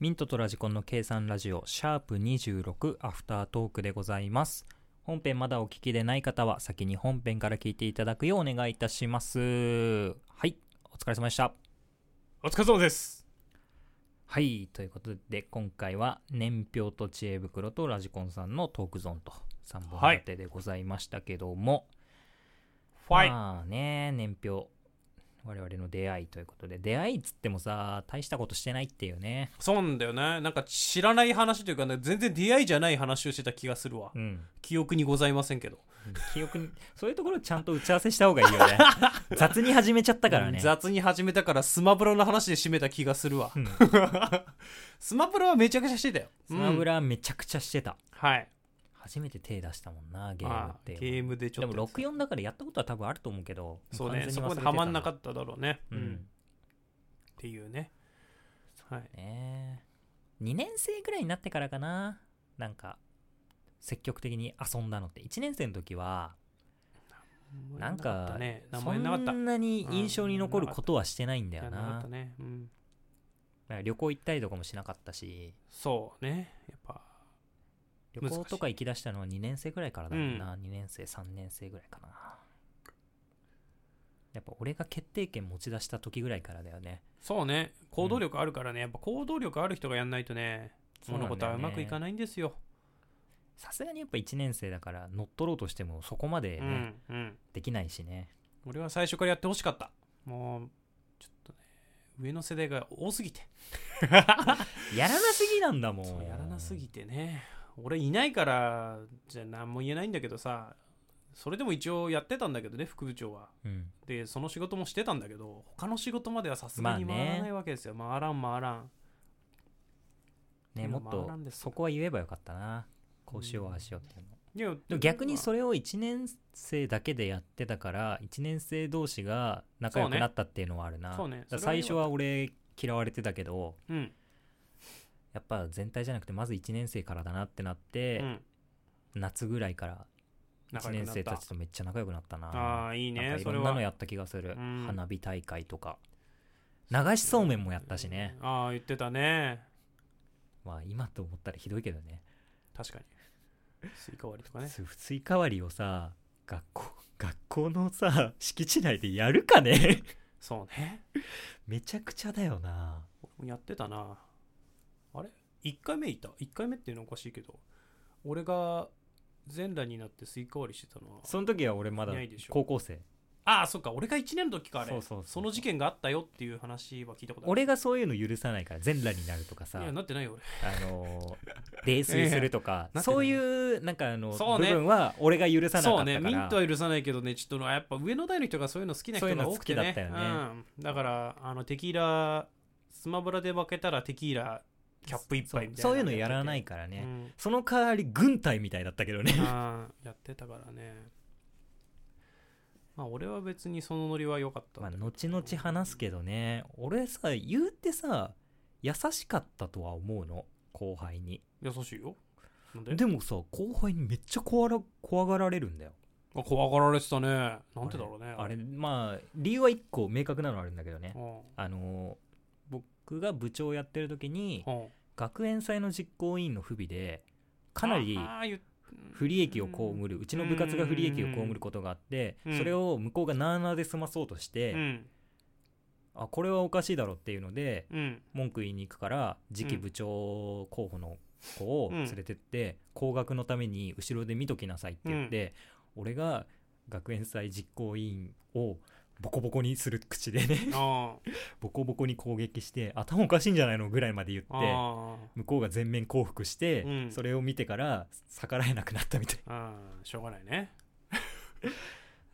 ミントとラジコンの計算ラジオ、シャープ26アフタートークでございます。本編まだお聞きでない方は、先に本編から聞いていただくようお願いいたします。はい、お疲れ様でした。お疲れ様です。はい、ということで、今回は年表と知恵袋とラジコンさんのトークゾーンと3本立てでございましたけども、ファイ。まあね、年表。我々の出会いということで、出会いっつってもさ、大したことしてないっていうね。そうなんだよね。なんか知らない話というか、ね、全然出会いじゃない話をしてた気がするわう。ん。記憶にございませんけど。記憶に、そういうところちゃんと打ち合わせした方がいいよ ね。雑に始めちゃったからね。雑に始めたからスマブラの話で締めた気がするわ。うん スマブラはめちゃくちゃしてたよ。スマブラ、ラめちゃくちゃしてた。はい。初めて手出したもんな、ゲゲームって。ゲームでちでょっもと。 64だからやったことは多分あると思うけど、そう完ね。全そに忘これてまでたハマんなかっただろうね。ううんん。っていうね。はい。ね2年生ぐらいになってからかな。なんか、積極的に遊んだのって。1年生の時は、なんか名前なったね。名そ前なかった。んなに印象に残ることはしてないんだよいやな。なかったね。うん。だから旅行行ったりとかもしなかったし、そうね。やっぱ。旅難しい行とか行き出したのは2年生ぐらいからだもんな、2年生3年生ぐらいかなやっぱ俺が決定権持ち出した時ぐらいからだよねそうね行動力あるからね、やっぱ行動力ある人がやんないとね物事はうまくいかいないんですよさすがにやっぱ1年生だから乗っ取ろうとしてもそこまで、ねうんうんできないしね俺は最初からやってほしかったもうちょっとね上の世代が多すぎてやらなすぎなんだもんそうやらなすぎてね俺いないからじゃあ何も言えないんだけどさそれでも一応やってたんだけどね副部長はうんでその仕事もしてたんだけど他の仕事まではさすがにまあ回ねらないわけですよ、回らん回らんね今もっと回らんですそこは言えばよかったなこうしようああしようっていうのいやでも逆にそれを1年生だけでやってたから1年生同士が仲良くなったっていうのはあるな、そうねだからそれ最は良かった初は俺嫌われてたけどうんやっぱ全体じゃなくてまず1年生からだなってなって、うん夏ぐらいから仲1良年くなっ生たちとめっちゃ仲良くなったなああーいいなんねかいそれろんなはのやった気がする、うん花火大会とか流しそうめんもやったしね、ああ言ってたねまあ今と思ったらひどいけどね確か にスイカ割りとかねススイカ割りをさ学校学校のさ敷地内でやるかね そうねめちゃくちゃだよな俺もやってたなあれ1回目いた1回目っていうのはおかしいけど俺が全裸になってスイカ割りしてたのはその時は俺まだいないでしょ高校生ああそっか俺が1年の時かあれそうそうそうその事件があったよっていう話は聞いたことある俺がそういうの許さないから全裸になるとかさいやなってないよ俺あのー泥酔するとか、 ええそういうなんかあの、そう部ね分は俺が許さなかそったからうねミントは許さないけどねちょっとやっぱ上の代の人がそういうの好きなそうい人うのが好多くてきだねったよねうん、だからあのテキーラスマブラで負けたらテキーラキャップ一杯みたいなそうそういうのやらないからね、うんその代わり軍隊みたいだったけどねあーやってたからねまあ俺は別にそのノリは良かった んまだあけど後々話すけどね俺さ言うてさ優しかったとは思うの後輩に優しいよなんででもさ後輩にめっちゃ怖ら怖がられるんだよあ怖がられてたねなんでだろうねあれまあ理由は1個明確なのあるんだけどねうんあのー僕が部長やってる時にうん学園祭の実行委員の不備でかなりあー言っ不利益を被るうちの部活が不利益を被ることがあってうんそれを向こうがなあなあで済まそうとしうてんあこれはおかしいだろっていうのでうん文句言いに行くから次期部長候補の子を連れてって高額のために後ろで見ときなさいって言って俺が学園祭実行委員をボコボコにする口 でね あーボコボコに攻撃して頭おかしいんじゃないのぐらいまで言ってあー向こうが全面降伏して、うんそれを見てから逆らえなくなったみ たいあーしょうがないね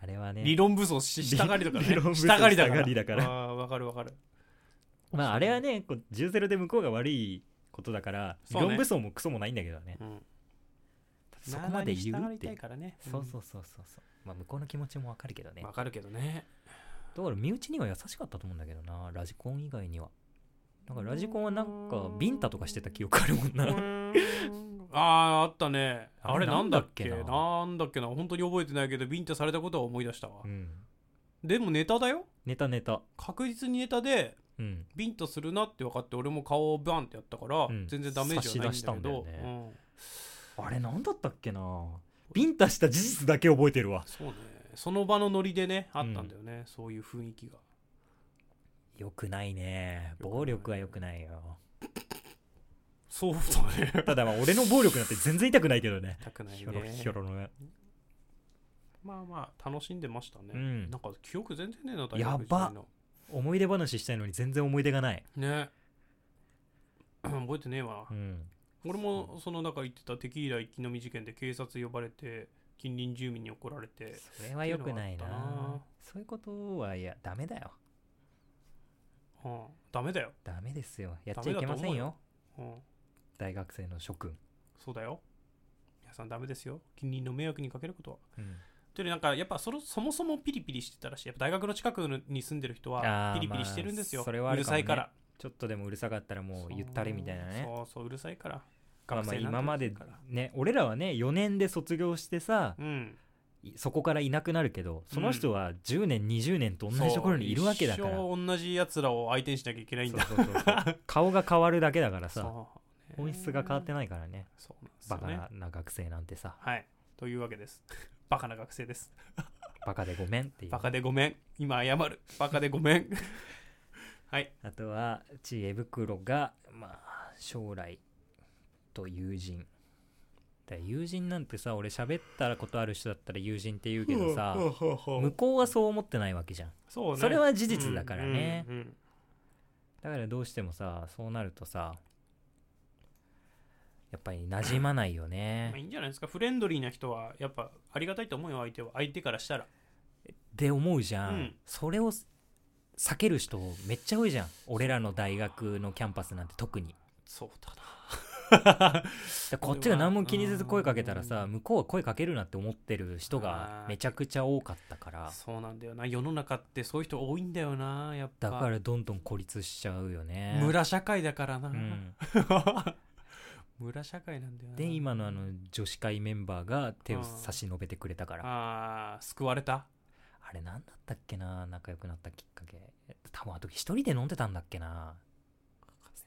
あれは理ね論武装ししたがりだから理論武装ねしたがりだからしたがりだからあーわかるわかるまああれはねこう10ゼロで向こうが悪いことだから、そう理ね論武装もクソもないんだけどねうんそこまで言うってなあなあに従いたいからねそうそうそうそうそうまあ向こうの気持ちもわかるけどうねんわかるけどねだから身内には優しかったと思うんだけどなラジコン以外にはなんかラジコンはなんかビンタとかしてた記憶あるもんなあああったねああれれなんだっけなんだっけななんだっけな本当に覚えてないけどビンタされたことは思い出したわうんでもネタだよネタネタ確実にネタでうんビンタするなって分かって俺も顔をバンってやったから、うん全然ダメージは差しないんだけど出したんだようん、あれなんだったっけなビンタした事実だけ覚えてるわそうねその場のノリでねあったんだよね、そういう雰囲気がよくないね暴力はよくないよそ うだねただまあ俺の暴力なんて全然痛くないけどね痛くないひょろひょねろのまあまあ楽しんでましたね、うんなんか記憶全然ねえなやば時代の思い出話したいのに全然思い出がないね 覚えてねえわうん俺もその中言ってたテキーラ一気飲み事件で警察呼ばれて近隣住民に怒られてそれはよくないっていうのはあったななそういうことはいやダメだようんダメだよ、ダメですよやっちゃいけませダメだと思んうよようん、大学生の諸君そうだよ皆さんダメですよ近隣の迷惑にかけることはうんというよりなんかやっぱそのそもそもピリピリしてたらしいやっぱ大学の近くに住んでる人はあーピリピリしてるんですよ、まあそれはあうるるかもさねいからちょっとでもうるさかったらもうゆったりみたいなねそうそううるさいからまあまあ今まで学生なんてうるさいかね俺らはね4年で卒業してさらうんいそこからいなくなるけどその人は10年20年と同じところにいるわけだからそう一生同じやつらを相手にしなきゃいけないんそだうそうそうそう顔が変わるだけだからさそうね本質が変わってないからねそうなんですよバねカな学生なんてさはいというわけです バカな学生ですバカでごめんっていうバカでごめん今謝るバカでごめんはいあとは知恵袋がまあ将来と友人だから友人なんてさ俺喋ったらことある人だったら友人って言うけど さ向こうはそう思ってないわけじゃんそうねそれは事実だからねうんうんうんだからどうしてもさそうなるとさやっぱり馴染まないよまあ、いねいんじゃないですかフレンドリーな人はやっぱありがたいと思うよ相手は相手からしたらって思うじゃん、うんそれを避ける人めっちゃ多いじゃん俺らの大学のキャンパスなんて特にそうだなだからこっちが何も気にせず声かけたらさうん向こうは声かけるなって思ってる人があーめちゃくちゃ多かったからそうなんだよな世の中ってそういう人多いんだよなやっぱだからどんどん孤立しちゃうよね、村社会だからな、うん、 村社会なんだよなで今のあの女子会メンバーが手を差し伸べてくれたからあー救われたあれ何だったっけな仲良くなったきっかけ多分あの時一人で飲んでたんだっけな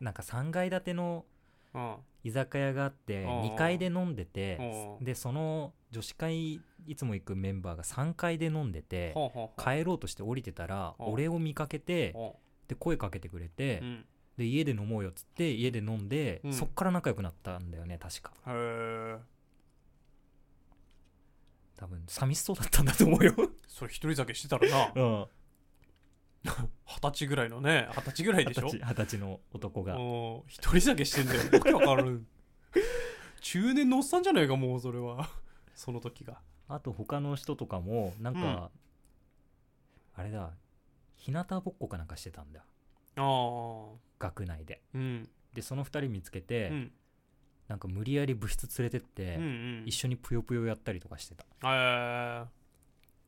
なんか3階建てのうん居酒屋があってうん2階で飲んでてうんでその女子会いつも行くメンバーが3階で飲んでてほうほうほう帰ろうとして降りてたらうん俺を見かけてほで声かけてくれてううんで家で飲もうよっつって家で飲んでうんそっから仲良くなったんだよね確かへー多分寂しそうだったんだと 思うよそれ一人酒してたらなうん二十歳ぐらいのね二十歳ぐらい二十でしょ歳二十歳の男がおー一人酒してんだよわけわかる中年のおっさんじゃないかもうそれは その時があと他の人とかもなんか、あれだ日向ぼっこかなんかしてたんだああ学内でうんでその2人見つけて、うんなんか無理やり部室連れてっうて、んうん一緒にぷよぷよやったりとかしてたえー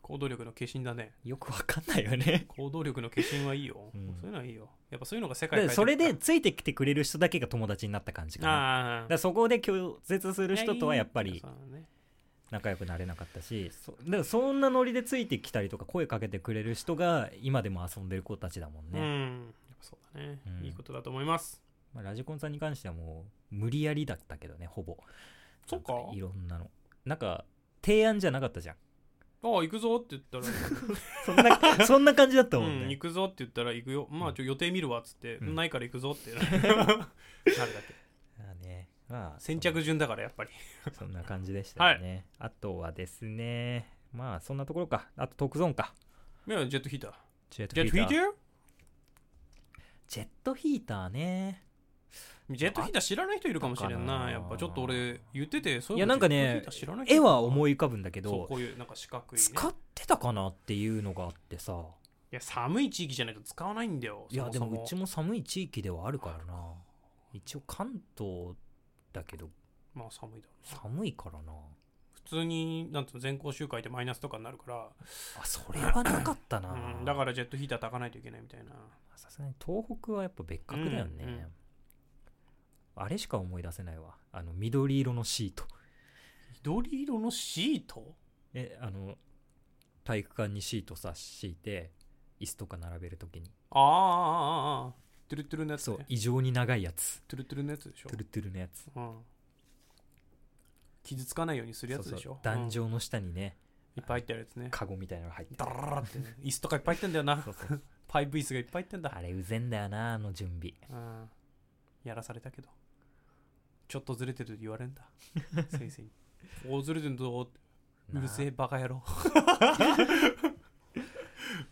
行動力の化身だねよくわかんないよね行動力の化身はいいよ、うんそういうのはいいよやっぱそういうのが世界で変えてそれでくかついてきてくれる人だけが友達になった感じかなだからああらそこで拒絶する人とはやっぱりそうだね仲良くなれなかったしそだからそんなノリでついてきたりとか声かけてくれる人が今でも遊んでる子たちだもんうね、んやっぱそうだね、うんいいことだと思いますまあ、ラジコンさんに関してはもう無理やりだったけどねほぼそっかなんねいろんなのなんか提案じゃなかったじゃんああ行くぞって言ったらそん なそんな感じだったもんうん、ね行、くぞって言ったら行くよまあちょ予定見るわっつって、うんないから行くぞってな るだけまあねまあ先着順だからやっぱりそんそんな感じでしたよね、あとはですねまあそんなところかあとトークゾーンかいやジェットヒータージェットヒジェッートヒターータジェットヒーターねージェットヒーター知らない人いるかもしれんあなやっぱちょっと俺言っててそういやなんかね絵は思いい浮かぶんだけけどどこういうなんか四角い、ね、使ってたかなっていうのがあってさいや寒い地域じゃないと使わないんだよいやでそもうちそも寒い地域ではあるからな一応関東だけどまあ寒いだろうな寒いからな普通になんつうの全校集会でマイナスとかになるかあそれはなかったら、な、 うん、だからジェットヒーター炊かないといけないみたいなさすがに東北はやっぱ別格だよね、うんうんあれしか思い出せないわあの緑色のシート緑色のシートえあの体育館にシートさ敷いて椅子とか並べるときにあーあーあーあートゥルトゥルのやつ、そうね、異常に長いやつトゥルトゥルのやつでしょトゥルトゥルのやつうん、傷つかないようにするやつでしそうそょう壇うん上の下にね、いっぱい入ってるやつねカゴみたいなのが入ってダラララってね椅子とかいっぱい入ってんだよなそうそうパイプ椅子がいっぱい入ってんだあれうぜんだよなあの準備うんやらされたけどちょっとずれてると言われ んだ先生に「おーずれてんぞ」って「うるせええバカ 野郎」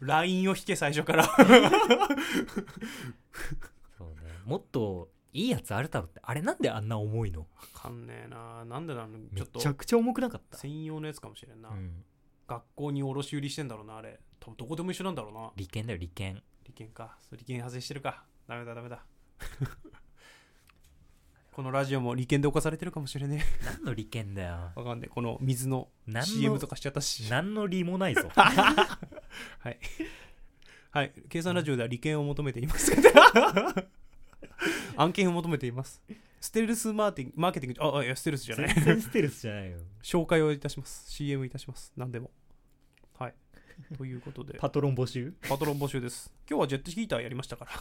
LINE を引け最初 からそうねもっといいやつあるだろってあれなんであんな重いのわかんねえななんでなのちめょっとちゃくちゃ重くなかった、専用のやつかもしれんな、うん、学校に卸売りしてんだろうなあれ多分どこでも一緒なんだろうな利権だよ利権利権かそう利権派生してるかダメだダ メだこのラジオも利権で侵されてるかもしれねえ何の利権だよわかんねえこの水の何の CM とかしちゃったし何の利もないぞはい計算ラジオでは利権を求めています 案件を求めていますステルスマーティングマーケティングああいやステ ルスじゃない全然ステルスじゃない よ紹介をいたします CM いたします何でもはいということでパトロン募集パトロン募集です今日はジェットヒーターやりましたから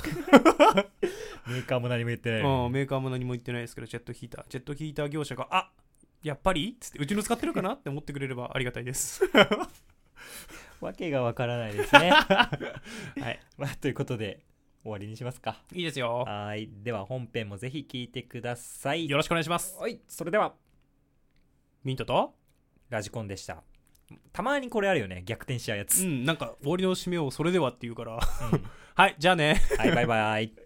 メーカーも何も言ってないのにうん、メーカーも何も言ってないですけど、ジェットヒーター、ジェットヒーター業者が、あやっぱりつって、うちの使ってるか なって思ってくれればありがたいです。わけがわからないです ねはい、まあ、ということで終わりにしますかいいですよ。はいでは本編もぜひ聞いてくださいよろしくお願いします。はいそれではミントとラジコンでしたたまにこれあるよね逆転しちゃうやつ、うん、なんか、終わりの締めをそれではって言うから、うんはい、じゃあね。はいバイバイ